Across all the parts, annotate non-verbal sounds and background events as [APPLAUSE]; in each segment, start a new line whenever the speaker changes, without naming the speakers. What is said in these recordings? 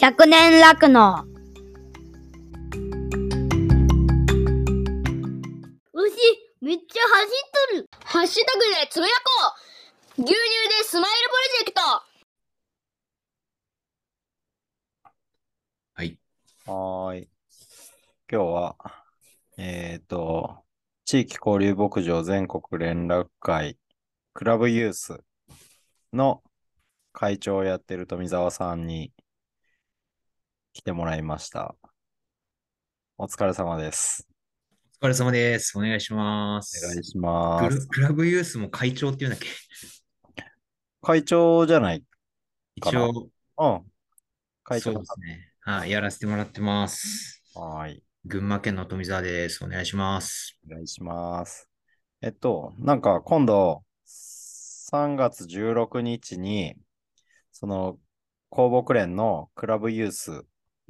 100年楽の。
牛、めっちゃ走っとる。ハッシュタグでつぶやこう牛乳でスマイルプロジェクト
はい。
はーい。今日は、えっと、地域交流牧場全国連絡会クラブユースの会長をやってる富澤さんに来てもらいました。お疲れ様です。
お疲れ様です。お願いします。
お願いしま
グ
す
ル。クラブユースも会長っていうんだっけ
会長じゃないか
一
な
応、
うん。会
そ
長
うですね。はい、やらせてもらってます。
はーい。
群馬県の富澤です。お願いします。
お願いします。えっと、なんか今度、3月16日に、その、公牧連のクラブユース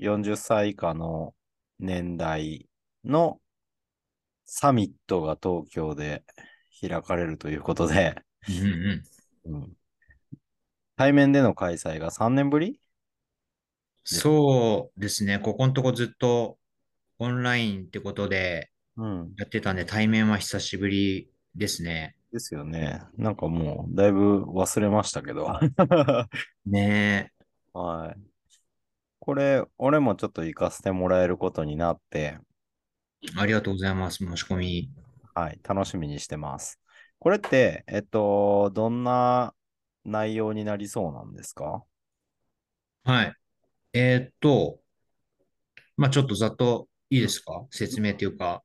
40歳以下の年代のサミットが東京で開かれるということで、
うんうん。
うん対面での開催が3年ぶり
そうですね。ここのとこずっとオンラインってことで
うん。
やってたんで、対面は久しぶりですね。
ですよね。なんかもう、だいぶ忘れましたけど。
ねえ。
はい。これ、俺もちょっと行かせてもらえることになって、
ありがとうございます。申し込み。
はい、楽しみにしてます。これって、えっと、どんな内容になりそうなんですか
はい。えーっと、まあちょっとざっといいですか説明というか。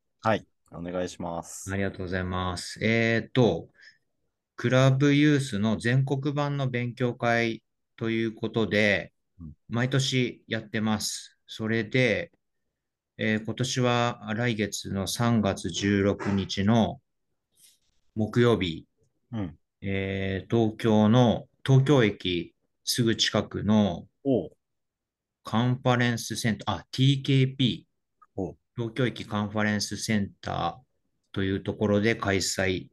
お願いします。
ありがとうございます。えっと、クラブユースの全国版の勉強会ということで
うん、
毎年やってます。それで、えー今年は来月の3月16日の木曜日、
うん。
えー東京の、東京駅すぐ近くの
おう。
カンファレンスセンター、あ、TKP
お、
東京駅カンファレンスセンターというところで開催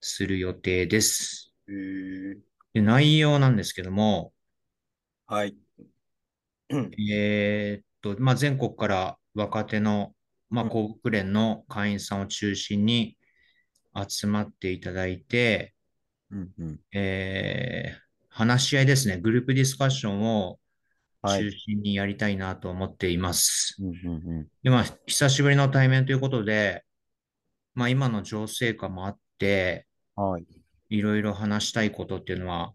する予定です。で、内容なんですけども、
はい。
えーっと、まあ、全国から若手の、まあ、
うん
公国連の会員さんを中心に集まっていただいて、
うんうん。
えー話し合いですね、グループディスカッションを
は
中
い。
心にやりたいなと思っています。
うんうんうん。
で、まあ、久しぶりの対面ということで、まあ、今の情勢下もあって、
はい。
いろいろ話したいことっていうのは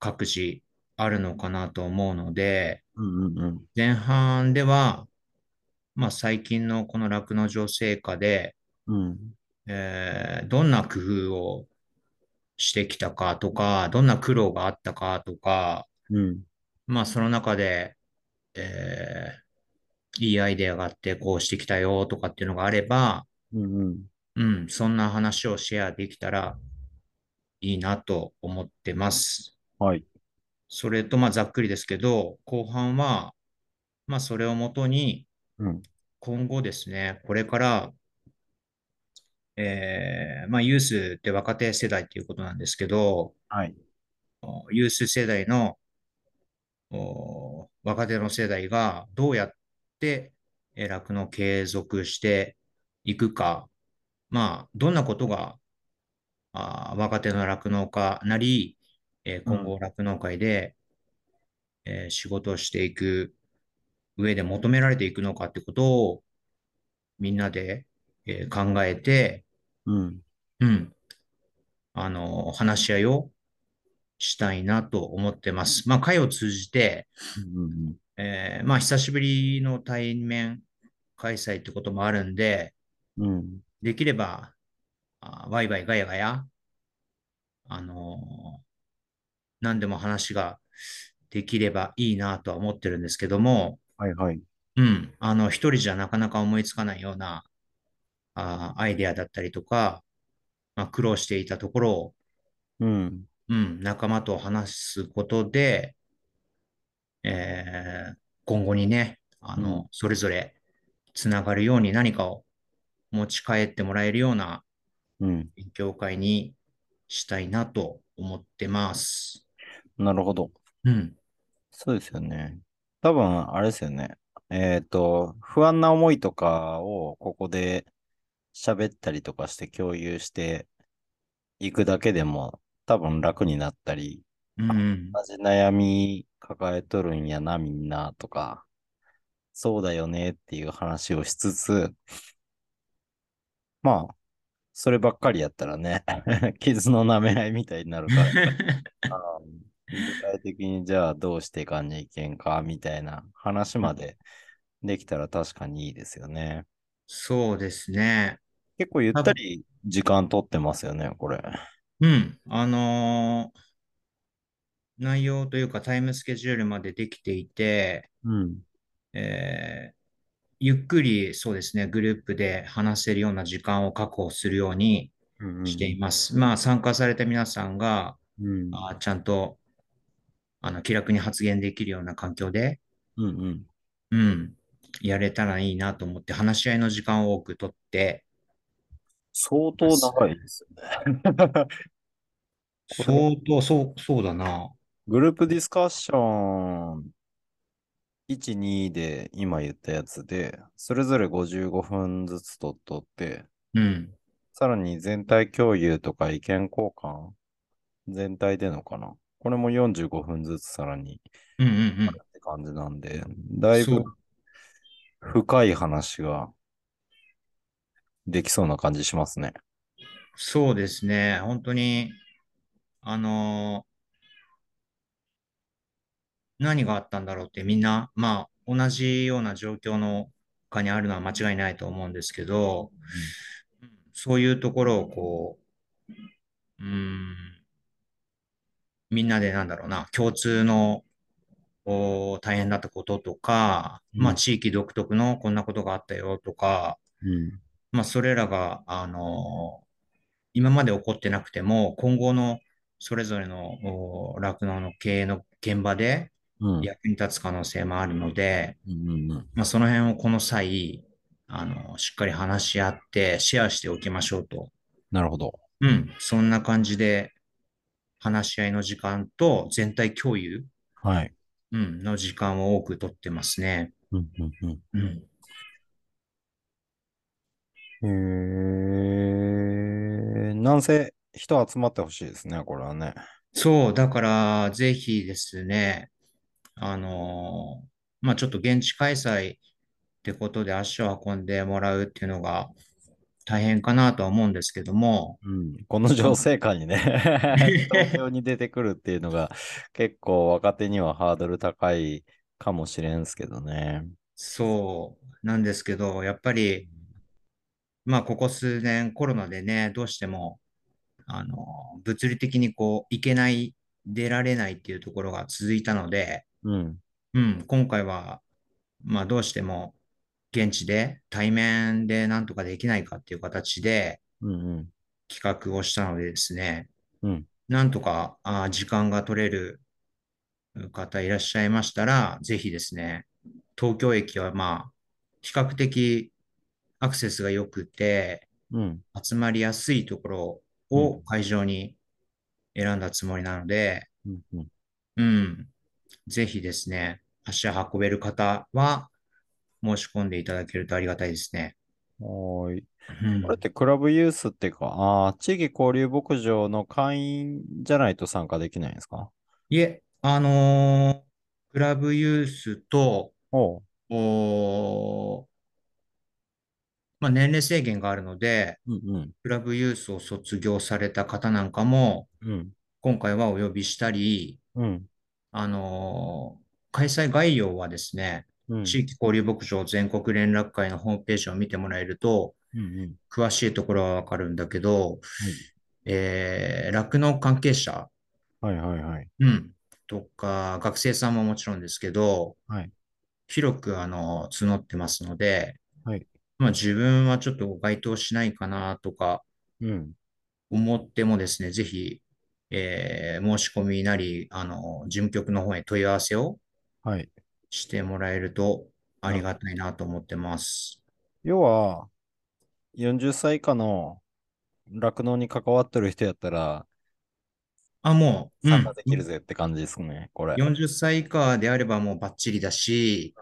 各自あるのかなと思うので、
うんうんうん。
前半では、まあ、最近のこの酪農情勢下で、
うん。
えーどんな工夫をしてきたかとか、どんな苦労があったかとか、
うん。
まあ、その中で、えーいいアイデアがあって、こうしてきたよとかっていうのがあれば、
うんうん。
うん、そんな話をシェアできたらいいなと思ってます。
はい。
それと、まあ、ざっくりですけど、後半は、まあ、それをもとに、
うん。
今後ですね、これから、えーまあ、ユースって若手世代ということなんですけど、
はい。
おユース世代のお若手の世代がどうやってえー酪農を継続していくか、まあ、どんなことがあー若手の酪農家なり、えー
うん
今後酪農界で、えー仕事をしていく上で求められていくのかってことをみんなで、えー考えて、
うん。
うん。あの、話し合いをしたいなと思ってます。まあ、会を通じて、
うんうん
えーまあ、久しぶりの対面開催ってこともあるんで、
うん。うん。
できれば、あ、ワイワイガヤガヤ、あのー何でも話ができればいいなとは思ってるんですけども、
はいはい。
うん、あの、一人じゃなかなか思いつかないような、あー、アイデアだったりとか、まあ、苦労していたところを、
うん。
うん、仲間と話すことで、えー今後にね、あの、
うん
それぞれつながるように何かを持ち帰ってもらえるような
うん。
勉強会にしたいなと思ってます。
なるほど。
うん、
そうですよね。多分、あれですよね。えっと、不安な思いとかをここで喋ったりとかして共有していくだけでも多分楽になったり、 [LAUGHS]
うん。
同じ悩み抱えとるんやな、みんなとか、そうだよねっていう話をしつつ、まあ、そればっかりやったらね、 [LAUGHS] 傷の舐め合いみたいになるから。あの具体的にじゃあどうしていかんにいけんかみたいな話までできたら確かにいいですよね。
そうですね。
結構ゆったり時間取ってますよね、これ。
うん。あのー内容というかタイムスケジュールまでできていて、
うん。
えーゆっくりそうですね、グループで話せるような時間を確保するようにしています。まあ、参加された皆さんが、
うん。
あーちゃんと、あの、気楽に発言できるような環境で、
うんうん。
うん、やれたらいいなと思って、話し合いの時間を多くとって、
相当長いですよね。これ
相当、そう、そうだな。
グループディスカッション1、2で今言ったやつで、それぞれ55分ずつ取っとって、
うん。
さらに全体共有とか意見交換全体でのかなこれも45分ずつさらに
うんうんうん。
って感じなんで、だい
そ
ぶ
う
深い話ができそうな感じしますね。
そうですね。本当に、あのー何があったんだろうってみんな、まあ、同じような状況の中にあるのは間違いないと思うんですけど、うんそういうところをこう、うーん、みんなでなんだろうな、共通のお大変だったこととか、ま
う
あ、
ん
地域独特のこんなことがあったよとか、
うん。
まあ、それらが、あの今まで起こってなくても、今後のそれぞれのお酪農の経営の現場で
うん。
役に立つ可能性もあるので、
うんうん
まあ、その辺をこの際、あのしっかり話し合って、シェアしておきましょうと。
なるほど。
うん、そんな感じで、話し合いの時間と全体共有、
はい。
うん、の時間を多く取ってますね。
うんうん
うん、
うん。えー、なんせ人集まってほしいですね、これはね。
そう、だから、ぜひですね、あのーまあ、ちょっと現地開催ってことで足を運んでもらうっていうのが大変かなとは思うんですけども、
うん、この情勢下にね、東京に出てくるっていうのが結構若手にはハードル高いかもしれんすけどね。
そうなんですけど、やっぱり、まあ、ここ数年コロナでね、どうしても、あのー物理的にこう、行けない、出られないっていうところが続いたので、
うん。
うん、今回は、まあ、どうしても現地で対面でなんとかできないかっていう形で
うん
企画をしたのでですね、
うん
なんとかあー時間が取れる方いらっしゃいましたら、ぜひですね、東京駅はまあ、比較的アクセスが良くて、
うん。うん。
集まりやすいところ
う
を
ん
会場に選んだつもりなので、
うんうん。
うん。ぜひですね、足を運べる方は申し込んでいただけるとありがたいですね。
おーい。
うん
これってクラブユースっていうか、ああ、地域交流牧場の会員じゃないと参加できないんですか
いえ、あのークラブユースと、
おう。
おーまあ、年齢制限があるので、
うん
クラブユースを卒業された方なんかも、
うん。うん。
今回はお呼びしたり、
うん。
あのー開催概要はですね、
うん。
地域交流牧場全国連絡会のホームページを見てもらえると、
うんうん。
詳しいところはわかるんだけど、えー酪農関係者、
はいはいはい。
うん、とか、学生さんももちろんですけど、
はい
広くあの募ってますので、
はい
まあ、自分はちょっと該当しないかなとか
うん。
思ってもですね、ぜひ、えー申し込みなり、あの、事務局の方へ問い合わせを
はい。
してもらえるとありがたいなと思ってます。
要は、40歳以下の酪農に関わってる人やったら、
あ、もう、う
参
ん
加できるぜって感じですね、これ。
40歳以下であればもうバッチリだし、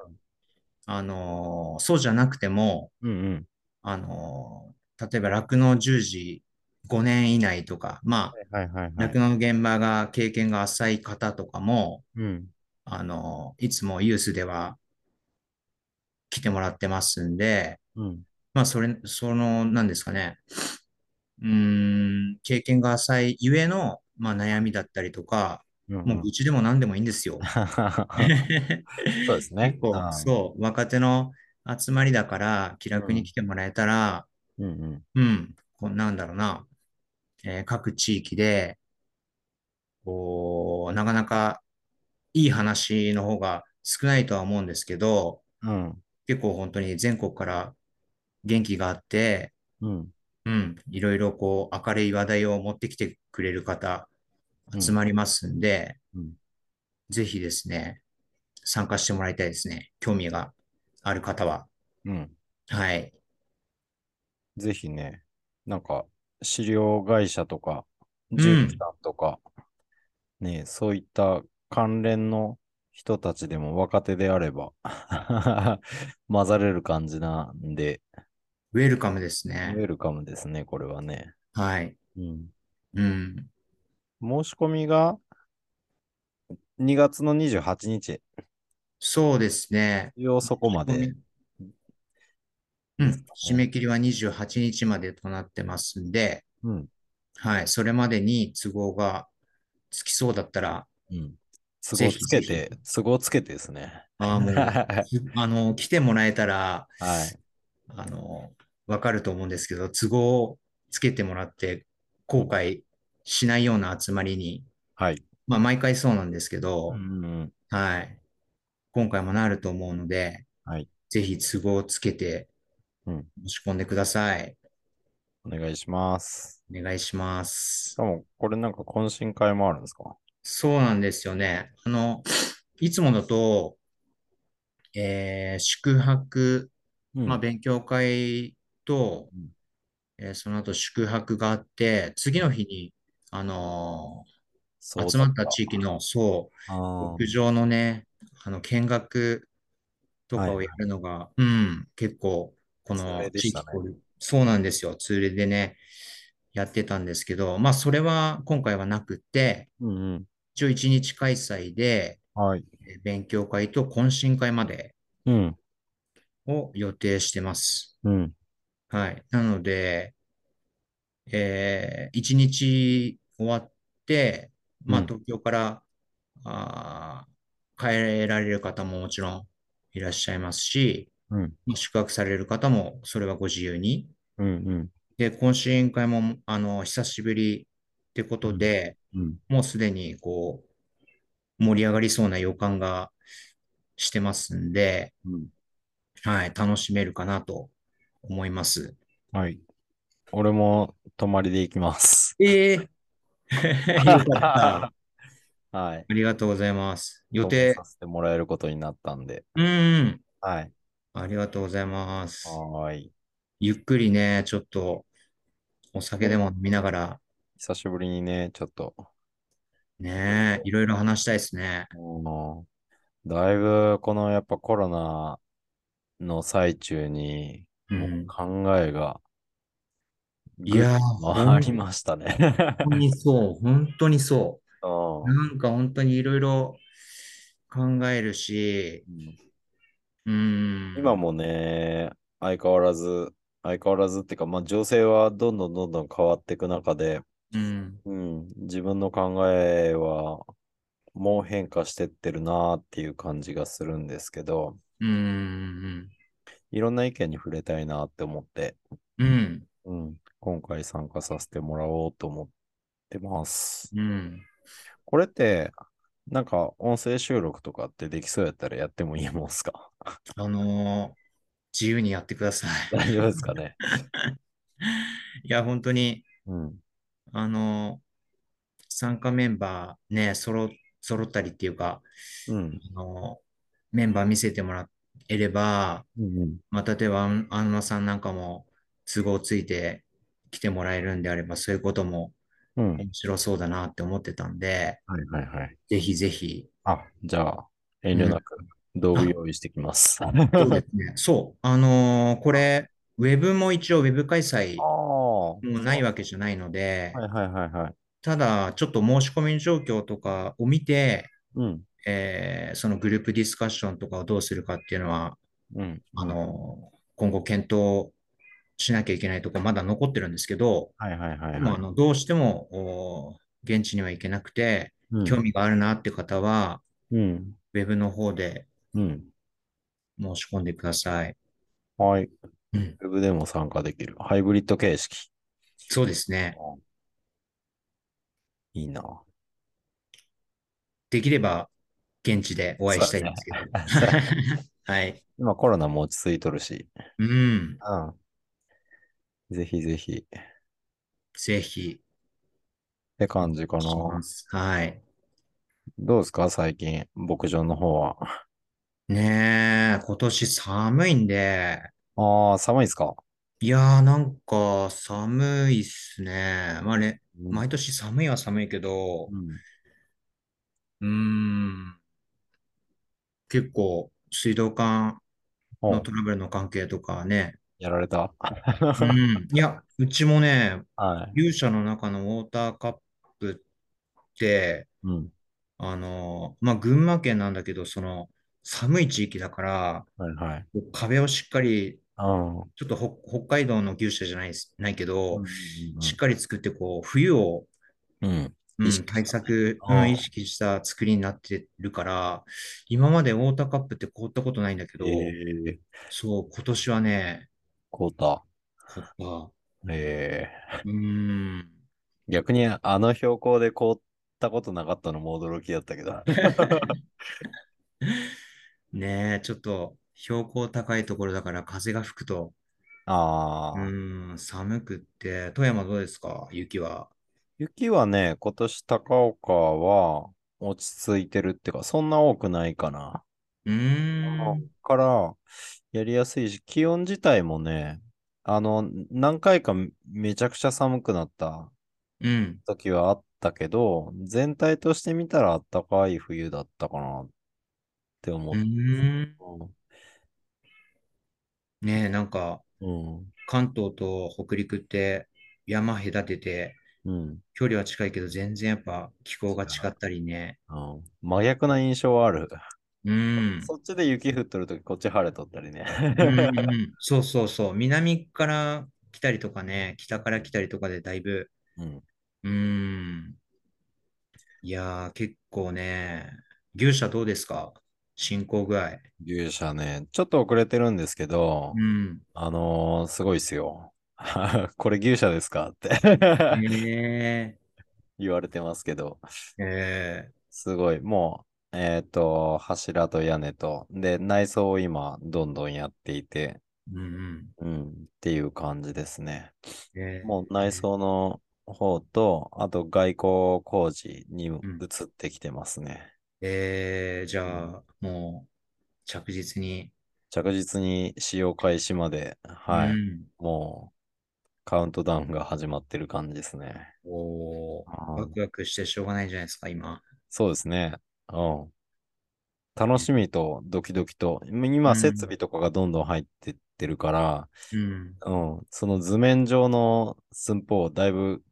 あのーそうじゃなくても、
うんうん。
あのー例えば酪農10時5年以内とか、ま
はいはい
あ、
はい
酪。農の現場が経験が浅い方とかも、
うん。
あのーいつもユースでは来てもらってますんで、
うん。
まあ、それ、その、なんですかね。うーん、経験が浅いゆえの、まあ、悩みだったりとか、
うん
もう愚痴でも何でもいいんですよ。
[LAUGHS] そうですね
[LAUGHS] 結構
うん
そう、若手の集まりだから、気楽に来てもらえたら、
うんうん。
うん、こうなんだろうな、えー各地域で、こう、なかなかいい話の方が少ないとは思うんですけど、
うん。
結構本当に全国から元気があって、
うん。
うん、いろいろこう明るい話題を持ってきてくれる方
うん
集まりますんで、
うん
ぜひですね、参加してもらいたいですね。興味がある方は。
うん。
はい。
ぜひね、なんか、飼料会社とか、
ん
獣医さんとか、ね、そういった関連の人たちでも若手であれば [LAUGHS] 混ざれる感じなんで、
ウェルカムです
ウ
ね。
ェルカムですね、これはね。
はい。
うん、
うん。
申し込みが2月の28日、
そうですね。
一応そこまで。
うん。締め切りは28日までとなってますんで、
うん、
はい。それまでに都合がつきそうだったら、
うん。都
ぜ
合
ひ
つけ
ぜ
て、都合つけてで
[LAUGHS]
すね。
あ
[LAUGHS]
あ、もう、
は
あの、来てもらえたら、
い。
あの、わかると思うんですけど、都合をつけてもらって、後悔しないような集まりに、
はい。
まあ、毎回そうなんですけど
う、ん、
はい。今回もなると思うので、
はい
ぜひ都合をつけて、
うん
申し込んでください。
お願いします。
お願いします
し。かも、これなんか懇親会もあるんですか
そうなんですよね。あの、いつもだと、えー宿泊、
うん
まあ、勉強会と
うん、
えーその後宿泊があって、次の日に、あのー集まった地域。の、そう、
そうだった
牧場のね、あの、見学とかをやるのが、うん、結構、こ
通
の
例で
地
した
域
ね
交流、そうなんですよ、通例でね、やってたんですけど、まあ、それは今回はなくて、
あーうんうん。
一応一日開催で、
はい。
えー勉強会と懇親会まで
うん。
を予定してます。
うん。
はい。なので、えー、一日終わって、まあ、
うん
東京から、あー帰られる方ももちろんいらっしゃいますし、
うん。
まあ宿泊される方もそれはご自由に。
うん。うん。
で、懇親会も、あの、久しぶりってことで、
うん。
もうすでに、こう、盛り上がりそうな予感がしてますんで、
うん。
はい、楽しめるかなと思います。
はい。俺も泊まりで行き
[LAUGHS]
ます。
ええよ
[LAUGHS]
かった。
はい。
ありがとうございます。予定
さ、せてもらえることになったんで。
うんうん、
はい。
ありがとうございます。
はーい。
ゆっくりね、ちょっとお酒でも飲みながら
久しぶりにね、ちょっと、
ね、いろいろ話したいですね。
あのだいぶこのやっぱコロナの最中に、
う。
もうん考えが、
いやー
ありましたね。
本当にそう、本当にそう
[LAUGHS]
う。なんか本当にいろいろ考えるし、
ん
うん。
今もね、相変わらず、相変わらずっていうか、まあ、情勢はどんどんどんどん変わっていく中で、
うん。
うん、自分の考えは、もう変化してってるなっていう感じがするんですけど、
うん。
いろんな意見に触れたいなって思って、
うん。
うん、今回参加させてもらおうと思ってます。
うん。
これって、なんか音声収録とかってできそうやったらやってもいいもんす [LAUGHS] か
あのー自由にやってください。
[LAUGHS] 大丈夫ですか [LAUGHS] ね
いや、本当に。
うん。
あの、参加メンバーね、揃、揃ったりっていうか、
うん。
あの、メンバー見せてもらえれば、
うん。
まあ、例えば、あんあんまさんなんかも都合ついて来てもらえるんであれば、そういうことも
うん。はい
面白そうだなって思ってたんで、
はいはい。
ぜひぜひ。
あ、じゃあ、遠慮なく道具用意してきます。 [LAUGHS] あ
そうですね。 [LAUGHS] そう。あのーこれ、ウェブも一応ウェブ開催
あ。は
もうないわけじゃないので
い、はいはいはい。
ただ、ちょっと申し込み状況とかを見て、
うん。
えーそのグループディスカッションとかをどうするかっていうのは、
うん。
あのー今後検討しなきゃいけないとこまだ残ってるんですけど、
はいはいは
で
い
も
は
あ
い。
のどうしてもお現地には行けなくて、
うん
興味があるなって方は、
うん。
ウェブの方で
うん。
申し込んでください。
はい。
うん、
ウェブでも参加できる。ハイブリッド形式。
そうですね。
いいな。
できれば現地でお会いしたいんですけど。 [LAUGHS] はい。
今コロナも落ち着いとるし。
うん。
うん。ぜひぜひ。っ
ぜひ。
て感じかな。
はい。
どうですか最近、牧場の方は。
ねえ、今年寒いんで、
ああ、寒いですか
いやーなんか寒いっすね。まあね、
うん
毎年寒いは寒いけど、
う
うーん。結構水道管
ん。
の
お
トラブルの関係とかね。
やられた
うん。いや、うちもね、
はい。
牛舎の中のウォーターカップって、
うん。
あの、まあ、群馬県なんだけど、その、寒い地域だから、
はいはい。
壁をしっかり、
うん。うん
ちょっとほ北海道の牛舎じゃないです、ないけど、しっ
う
かり作って、こう、冬を、
んうん。
うん
意識した
対策、
ああ
うん意識した作りになってるから、今までウォーターカップって凍ったことないんだけど、
ええ
そう、今年はね、
凍った。
凍っ
え
た。うーん。
え逆にあの標高で凍ったことなかったのも驚きだっ
[LAUGHS]
たけど。
ねえ、ちょっと、標高高いところだから風が吹くと、
あ
う
あ、
ーん、寒くって、富山どうですか雪は。
雪はね、今年高岡は落ち着いてるってか、そんな多くないかな。
うーん。
から、やりやすいし、気温自体もね、あの、何回かめちゃくちゃ寒くなった
うん。
時はあったけど、全体として見たらあったかい冬だったかなって思
う
っ
ーん。
た。
ねえ、なんか、
うん。
関東と北陸って山隔てて、
うん。
距離は近いけど、全然やっぱ気候が違ったりね。
うん真逆な印象はある。
うん。
そっちで雪降っとるとき、こっち晴れとったりね。
うんうんうんそうそうそう。南から来たりとかね、北から来たりとかでだいぶ、
[LAUGHS] うん。
うーん。いやー、結構ね、牛舎どうですか進行具合。
牛舎ね、ちょっと遅れてるんですけど、
うん。
あのーすごいっすよ。 [LAUGHS] これ牛舎ですかって
え
[LAUGHS] 言われてますけど、
ー、 [LAUGHS] え
すごい、もう、えっと、柱と屋根と、で、内装を今、どんどんやっていて、
ー、うんうん。
うん、っていう感じですね。
えー
もう内装の方と、あと外交工事に移ってきてますね。
えー、じゃあ、もう、着実に。
着実に使用開始まで、はい、
うん
もう、カウントダウンが始まってる感じですね。
おー
あー
ワクワクしてしょうがないじゃないですか、今。
そうですね。うん。楽しみとドキドキと、今
うん
設備とかがどんどん入ってってるから、
うん。
うん、その図面上の寸法をだいぶ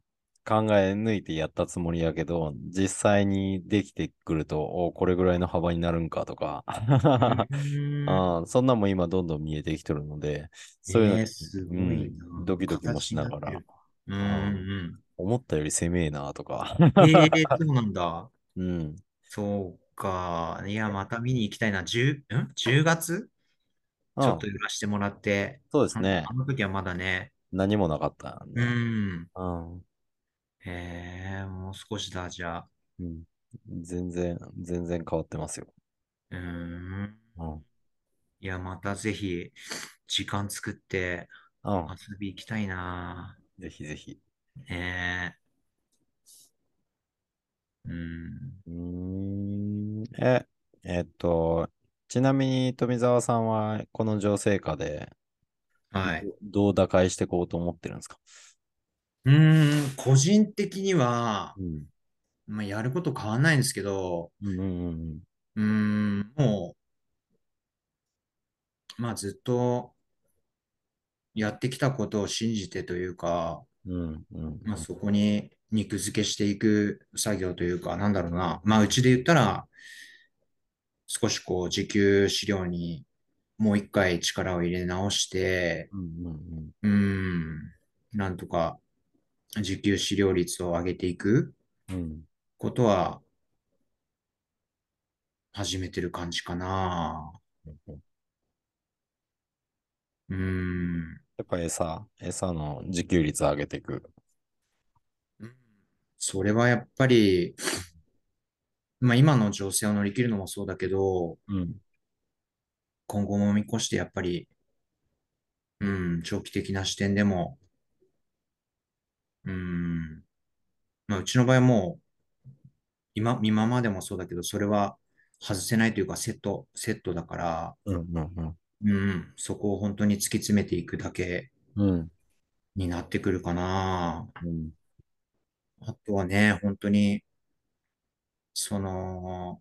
考え抜いてやったつもりやけど、実際にできてくると、おこれぐらいの幅になるんかとか、 [LAUGHS]
うん
うん、そんなんも今どんどん見えてきてるので、そういうの
えー、すごいな
うん、ドキドキもしながら、
うんうん
思ったより狭えなとか、
うん。えー、そうなんだ。
うん、
そうか。いや、また見に行きたいな。10、ん ?10 月ちょっと
うん
寄らせてもらって。
そうですね
あ。の時はまだね。
何もなかった、
う
ね。
ん。
うん
えー、もう少しだ、じゃあ。
うん。全然、全然変わってますよ。
うーん。
うん。
いや、またぜひ、時間作って
うん。
遊び行きたいな。
ぜひぜひ。
ねえ。うん。
うーん。え、えっと、ちなみに富澤さんは、この情勢下で、
はい。
どどう打開していこうと思ってるんですか
うーん、個人的には、
うん。
まあ、やること変わんないんですけど、
うんうん
うーん、もう、まあずっとやってきたことを信じてというか、
うん。うんうん
まあ、そこに肉付けしていく作業というか、なんだろうな、まあうちで言ったら、少しこう自給飼料にもう一回力を入れ直して、
うんう
うー
ん
ん、なんとか自給飼料率を上げていく
うん。
ことは始めてる感じかな。
うん。
うーん。
やっぱ餌、餌の自給率上げていく。
それはやっぱり、まあ今の情勢を乗り切るのもそうだけど、
うん。
今後も見越してやっぱり、うん、長期的な視点でも、うん、まあうちの場合はもう、今、今までもそうだけど、それは外せないというかセット、セットだから、
うんうん
うん、そこを本当に突き詰めていくだけ
うん。うん。
になってくるかな。
うん。
あとはね、本当に、その、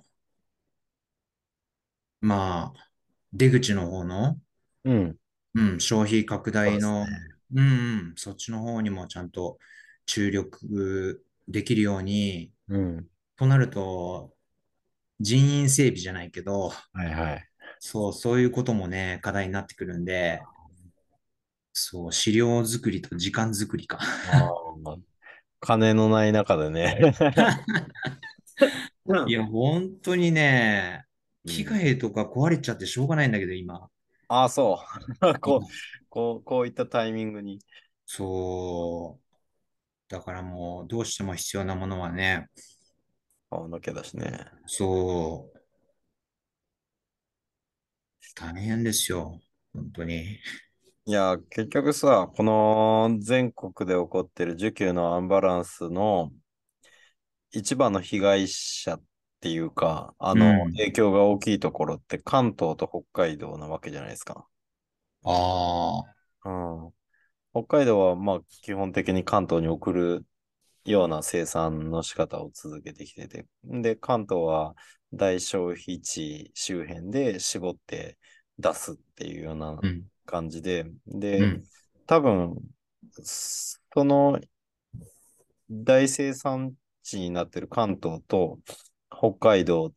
まあ、出口の方の、
うん。
うん、消費拡大の、
そうで
うん、うん、そっちの方にもちゃんと注力できるように、
うん。
となると、人員整備じゃないけど、
はいはい。
そう、そういうこともね、課題になってくるんで、そう、資料作りと時間作りか。
あー金の [LAUGHS] ない中でね。
いや、本当にね、
うん
機械とか壊れちゃってしょうがないんだけど、今。
ああ、そう。 [LAUGHS] こう、こう、こういったタイミングに。
そう。だからもう、どうしても必要なものはね、
顔の毛だしね。
そう。大変ですよ。本当に。
いや、結局さ、この全国で起こってる需給のアンバランスの一番の被害者っていうか、あの、
うん
影響が大きいところって関東と北海道なわけじゃないですか。
ああ。
うん。北海道は、まあ、基本的に関東に送るような生産の仕方を続けてきてて、で、関東は大消費地周辺で絞って出すっていうような
うん。
感じで、
う
で
ん。、
多分、その大生産地になってる関東と北海道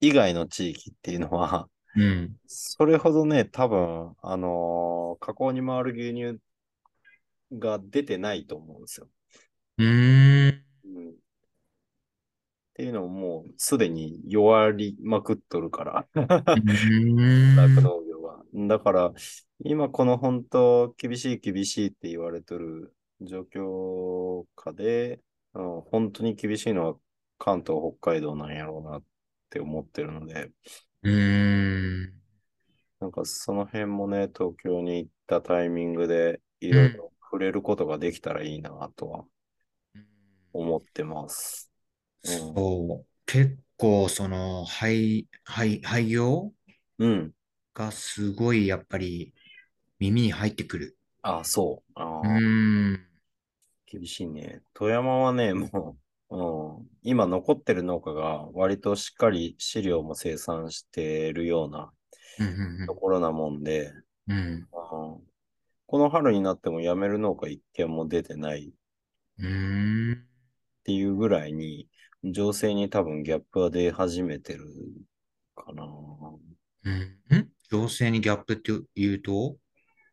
以外の地域っていうのは、
うん。
それほどね、多分、あのー加工に回る牛乳が出てないと思うんですよ。
うーん。
うん、っていうのももうすでに弱りまくっとるから、
う
[LAUGHS]
ーん
酪農業は。だから、今この本当、厳しい厳しいって言われとる状況下で、うん本当に厳しいのは関東、北海道なんやろうなって思ってるので、
うーん。
なんかその辺もね、東京に行ったタイミングでいろいろ触れることができたらいいなとは思ってます。うん。
そう。結構、その、廃、廃、廃業
うん。
がすごい、やっぱり、耳に入ってくる。
あ、そう。あ
う
ー
ーん。
厳しいね。富山はね、もう、 [LAUGHS] うん、今残ってる農家が割としっかり飼料も生産してるような
うん
ところなもんで、
うんうん。
うんこの春になっても辞める農家一軒も出てない
うん。う
っていうぐらいに、情勢に多分ギャップは出始めてるかな。
ーん。うん。情勢にギャップって言うと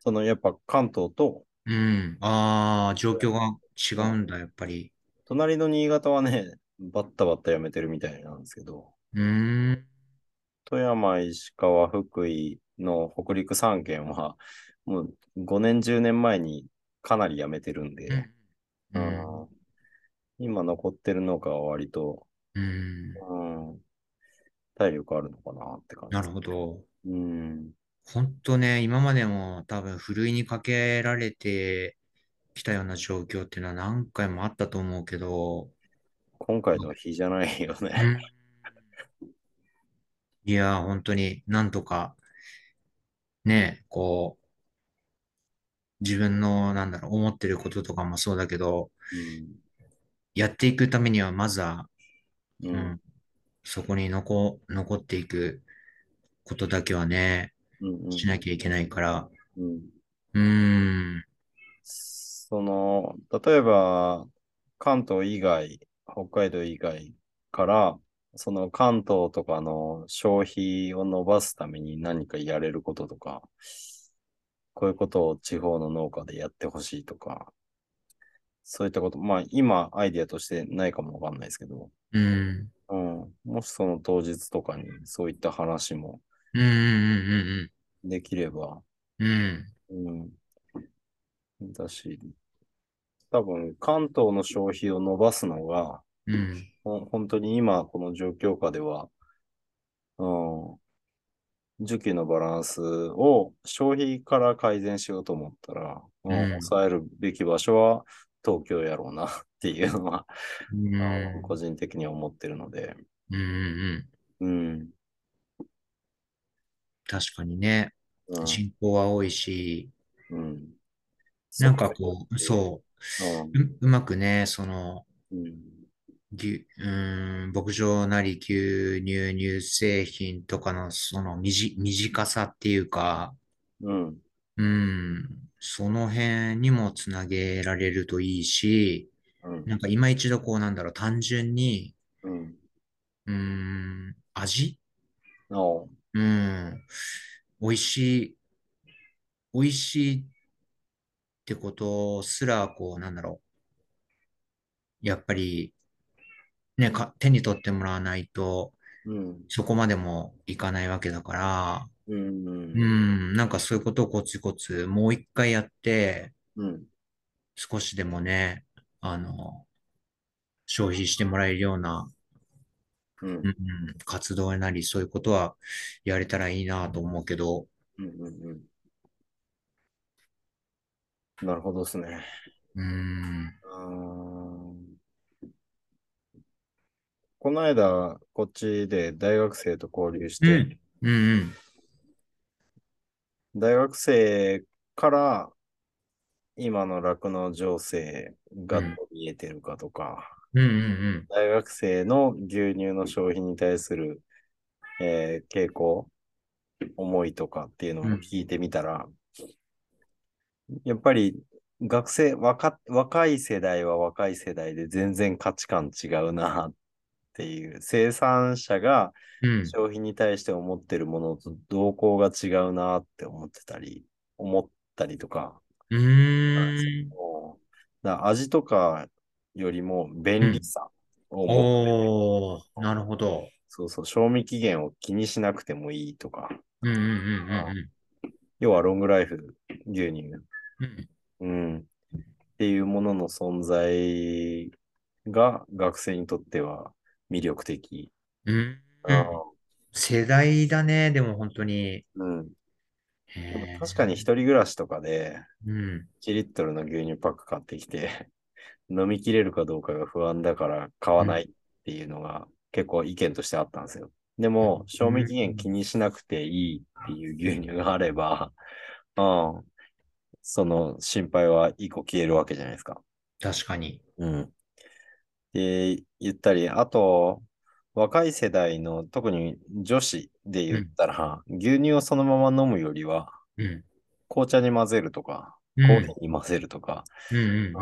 そのやっぱ関東と、
うん。ああ、状況が違うんだ、やっぱり。
隣の新潟はね、バッタバッタやめてるみたいなんですけど、
うーん。
富山、石川、福井の北陸3県は、もう5年、10年前にかなりやめてるんで、
う
うん
ん。
今残ってる農家は割と、
うん。
うん、体力あるのかなって感じ。
なるほ。ど。
うん。
本当ね、今までも多分、ふるいにかけられてきたような状況っていうのは何回もあったと思うけど、
今回の日じゃないよね。
うんいやー、本当になんとか、ね、こう、自分の、なんだろう、思ってることとかもそうだけど、やっていくためには、まずは、
う
うんん、そこに残、残っていくことだけはね、
うん
しなきゃいけないから、
うん
うーん、
その、例えば、関東以外、北海道以外から、その関東とかの消費を伸ばすために何かやれることとか、こういうことを地方の農家でやってほしいとか、そういったこと、まあ今アイディアとしてないかもわかんないですけど、
うん、
うん、もしその当日とかにそういった話も
うん、うん、
できれば、
うん、うん、うん、
うん。だし、多分関東の消費を伸ばすのが、
うん、
ほん本当に今この状況下では、うん、需給のバランスを消費から改善しようと思ったら、うん
うん
抑えるべき場所は東京やろうなっていうのは、
うん、
うん個人的には思ってるので、
うん、うん、
うん。
確かにね、
うん
人口は多いし、
うん、
なんかこう、そうう、う、うまくね、その、
ん。うん。
牛、うーん、牧場なり牛乳、乳製品とかのそのみじ、短さっていうか、
うん。
うん、その辺にもつなげられるといいし、
うん。
なんか今一度こうなんだろう、単純に、
うん。
うーん、味
おう
うん、美味しい、美味しいってことすら、こうなんだろう、やっぱり、ね、か、手に取ってもらわないと、
うん。
そこまでもいかないわけだから、
うん。
う
う
ん、
ん。
なんかそういうことをコツコツもう一回やって、
うん。
少しでもね、あの、消費してもらえるような、
うん
うん、活動なり、そういうことはやれたらいいなと思うけど、
うんうんうん。なるほどですね。
うん、
うーんこの間、こっちで大学生と交流し
う
て、
ん、うん、
大学生から今の酪農情勢がどう見えてるかとか、
うん、うん、うん、
大学生の牛乳の消費に対する、えー傾向、思いとかっていうのを聞いてみたら、やっぱり学生若、若い世代は若い世代で全然価値観違うなっていう、生産者が
うん、
消費に対して思ってるものと動向が違うなって思ってたり、思ったりとか、
うーん、
もうだから味とかよりも便利さを持ってる
おー、なるほど。
そうそう、賞味期限を気にしなくてもいいとか、
うん、うん、うん、うん、
要はロングライフ牛乳、
うん、
うん、っていうものの存在が学生にとっては魅力的。
うん、うん、世代だね、でも本当に。
うん、でも
へー
確かに一人暮らしとかで
うん、
1リットルの牛乳パック買ってきて [LAUGHS] 飲み切れるかどうかが不安だから買わないっていうのが結構意見としてあったんですよ。でも、賞味期限気にしなくていいっていう牛乳があれば、 [LAUGHS] うん、その心配は一個消えるわけじゃないですか。
確かに。
うん。で、言ったり、あと、若い世代の、特に女子で言ったら、牛乳をそのまま飲むよりは、
うん、
紅茶に混ぜるとか、
う
コ
ん、
ーヒーに混ぜるとか、
うん、うん、うん。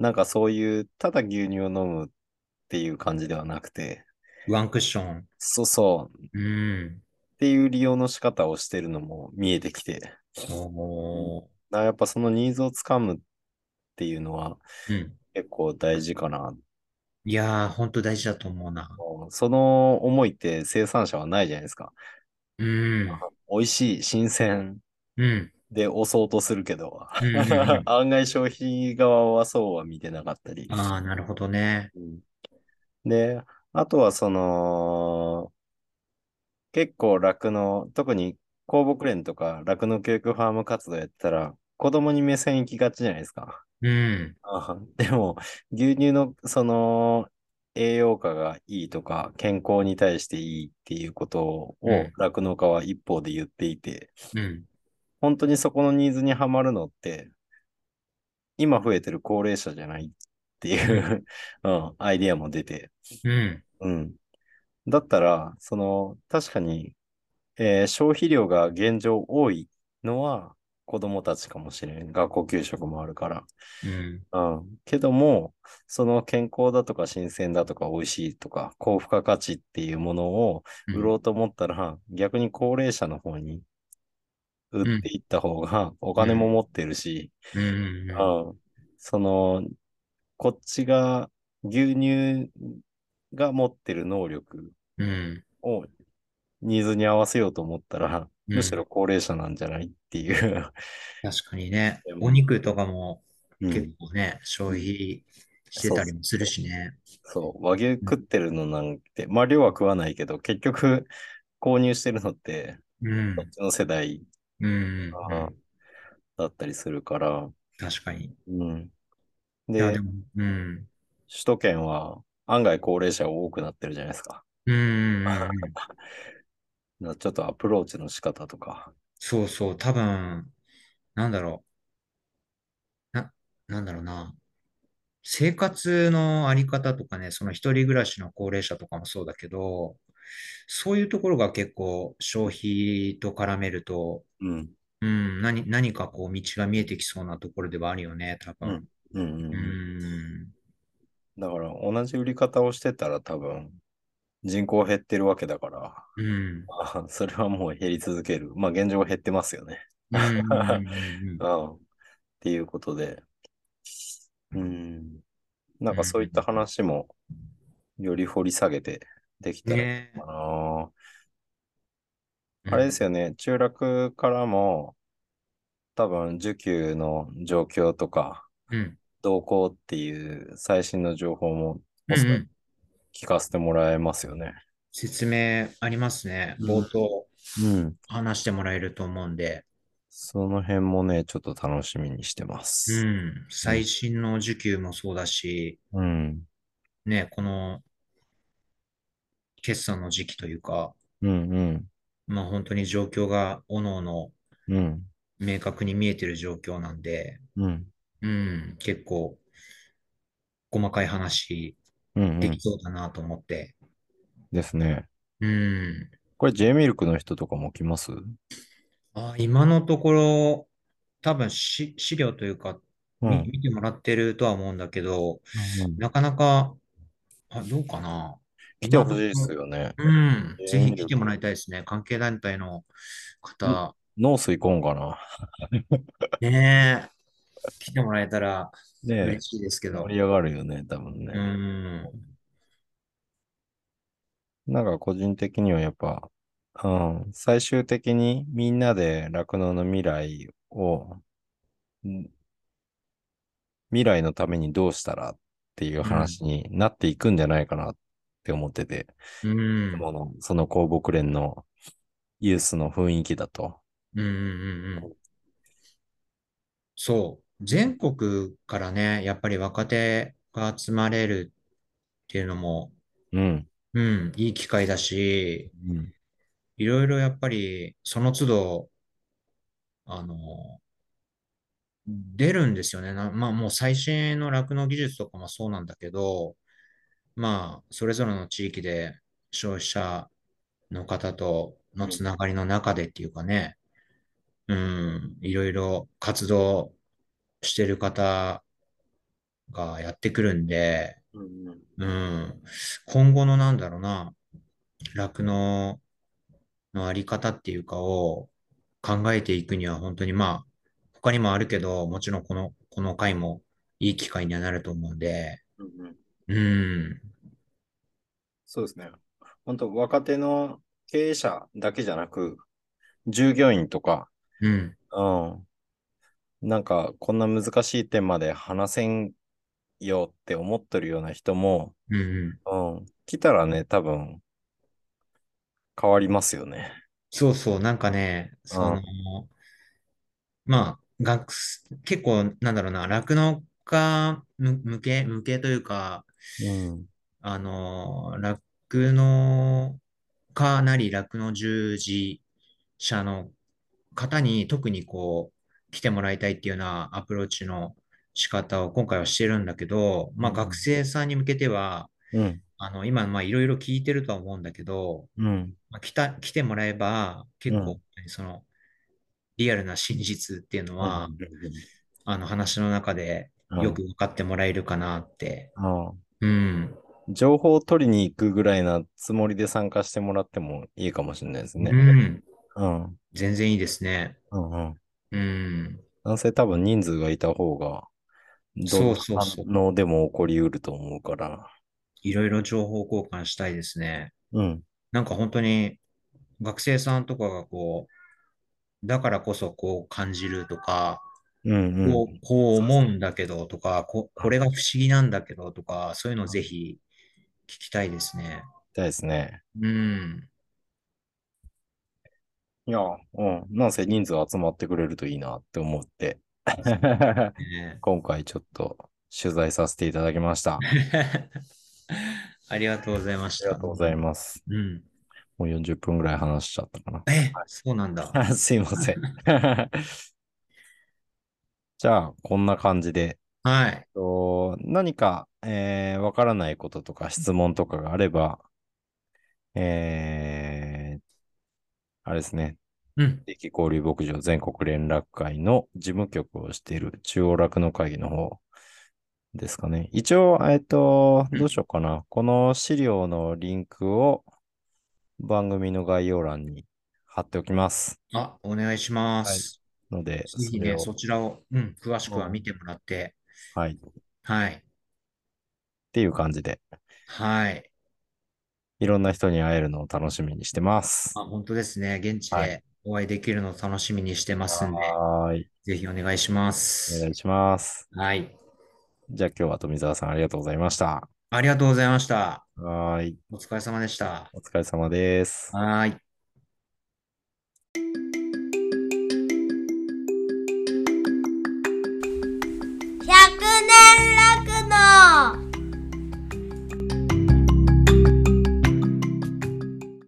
なんかそういう、ただ牛乳を飲むっていう感じではなくて、
ワンクッション。
そうそう、っ
うん。
ていう利用の仕方をしてるのも見えてきて、だか
おー。
らやっぱそのニーズをつかむっていうのは
うん。
結構大事かな。
いやー、ほんと大事だと思うな。
その思いって生産者はないじゃないですか。
うん。
美味しい、新鮮
うん。
で押そうとするけど、
うんうんうん、
[LAUGHS] 案外消費側はそうは見てなかったり。
ああ、なるほどね。
うんで、あとはその、結構酪農、特に公牧連とか酪農教育ファーム活動やってたら、子供に目線行きがちじゃないですか。
うん。
あでも、牛乳のその栄養価がいいとか、健康に対していいっていうことを
うん
酪農家は一方で言っていて、
うん。
本当にそこのニーズにはまるのって、今増えてる高齢者じゃないっていう、うん、アイディアも出て、
うん。
うん。だったら、その、確かに、えー消費量が現状多いのは子供たちかもしれん。学校給食もあるから。
うん。
うん。けども、その健康だとか新鮮だとか美味しいとか高付加価値っていうものを
うん
売ろうと思ったら、逆に高齢者の方に売っていった方がお金も持ってるし、
うんうんうん
うんその、こっちが牛乳が持ってる能力
うん
をニーズに合わせようと思ったら、
うん
むしろ高齢者なんじゃないっていう。
確かにね
で。も
お肉とかも
うん
結構ね、消費してたりもするしね。
そう、和牛食ってるのなんて、まあ量は食わないけど、結局購入してるのって、
うん
こっ。ちの世代
うんうんうん。
だったりするから、
確かに。
うん。
いや、
で
で、も、うん。
首都圏は案外高齢者多くなってるじゃないですか。
うんうんうんうん。
だ [LAUGHS] からちょっとアプローチの仕方とか。
そうそう、多分、なんだろう。な、なんだろうな。生活のあり方とかね、その一人暮らしの高齢者とかもそうだけど、そういうところが結構消費と絡めると、
うん。
うん、何、何かこう道が見えてきそうなところではあるよね、多分。
うんうん
う
うん
ん、
だから同じ売り方をしてたら多分人口減ってるわけだから、 [LAUGHS]
うん、
あそれはもう減り続ける。まあ現状減ってますよね。
うん、うん、うん
うん。っていうことで。うん。なんかそういった話もより掘り下げてでき
うん。
たらいい
ね
かな。
え、
あれですよね、中落からも、多分、受給の状況とか、
うん、
動向っていう最新の情報も、
うん、
おそ
うん
らく聞かせてもらえますよね。
説明ありますね。
うん
冒頭
うん。
話してもらえると思うんで。
その辺もね、ちょっと楽しみにしてま
う
す。
ん、最新の受給もそうだし、
うん。
ね、この決算の時期というか、
うんうん。
まあ本当に状況が各々
うん。
明確に見えてる状況なんで、
うん。
うん、結構細かい話
うん、う
で
ん
き。そうだなと思って。
ですね。
うん。
これ、J ミルクの人とかも来ますう
あ、今のところ、多分し資料というか、み
ん。
見てもらってるとは思うんだけど、なかなか、あ、どうかな。
来てほしいですよね。
うん、
えー
ぜひ来てもらいたいですね。関係団体の方、
ノース行こんかな。
ねえ、来てもらえたら
ねえ
嬉、しいですけど
盛。り上がるよね、多分ね。
うん、
なんか個人的にはやっぱ、うん、最終的にみんなで酪農の未来を、ん未来のためにどうしたらっていう話になっていくんじゃないかなって思ってて、
うん、
このその公牧連のユースの雰囲気だと。
うん、うん、うん。うんそう、全国からね、やっぱり若手が集まれるっていうのも、
うん。
うん、いい機会だし、
うん。
いろいろやっぱり、その都度、あの、出るんですよね。なまあもう最新の酪農技術とかもそうなんだけど、まあそれぞれの地域で消費者の方とのつながりの中でっていうかね、うん、いろいろ活動してる方がやってくるんで、うん、今後のなんだろうな、酪農のあり方っていうかを考えていくには本当にまあ、他にもあるけど、もちろんこの、この回もいい機会にはなると思うんで、うん、
そうですね。本当若手の経営者だけじゃなく、従業員とか、
うん、
うん。なんか、こんな難しい点まで話せんよって思ってるような人も、
うん、うん。
うん。来たらね、多分、変わりますよね。
そうそう、なんかね、その、まあ、学す、結構なんだろうな、酪農家む向け、向けというか、
うん。
あの、酪農家なり酪農従事者の方に特にこう、来てもらいたいっていうようなアプローチの仕方を今回はしてるんだけど、まあ
うん
学生さんに向けては、
うん。
あの、今、まあいろいろ聞いてるとは思うんだけど、
うん。
まあ、来た、来てもらえば、結
うん
構、その、リアルな真実っていうのは、あの話の中で
うん
よく分かってもらえるかなって。う
うん
ん。
情報を取りに行くぐらいなつもりで参加してもらってもいいかもしれないです
う
ね。
ん。
うん。うん
全然いいですね。
うん。
うん。
男性多分人数がいた方が、
そうそうそう
どんな反応でも起こりうると思うから。
いろいろ情報交換したいですね。
うん。
なんか本当に学生さんとかがこう、だからこそこう感じるとか、
うんうん。
こう、こう思うんだけどとか、こ、これが不思議なんだけどとか、そういうのをぜひ聞きたいですね。
たいですね。
うん。
いや、うん。なんせ人数集まってくれるといいなって思 [LAUGHS] って、
ね [LAUGHS]
今回ちょっと取材させていただきました。あり
ありがとうございました。
がとうございます。
うん。
もう40分ぐらい話しちゃったかな。
え、そうなんだ。
あ [LAUGHS] すいません。じゃあ、こんな感じで、
はい。
と何か、えーわからないこととか質問とかがあれば、えーあれですね、
うん。
地域交流牧場全国連絡会の事務局をしている中央酪農会議の方ですかね。一応、えっ、と、
うん
どうしようかな。この資料のリンクを番組の概要欄に貼っておきます。
あ、お願いします。
ので、
ぜひね、
そ
そ
れを
ちらを、うん、詳しくは見てもらって、
はい。っ
はい。
ていう感じで、
はい。
いろんな人に会えるのを楽しみにしてます。
あ、本当ですね。現地
は
でお会いできるのを楽しみにしてますんで、
はーい。
ぜひお願いしま
お
す
願。いします。
はい。
じゃあ今日は富澤さんありがとうございました。
ありがとうございました。
はーい。
お疲れ様でした。
お疲れ様です。
はい。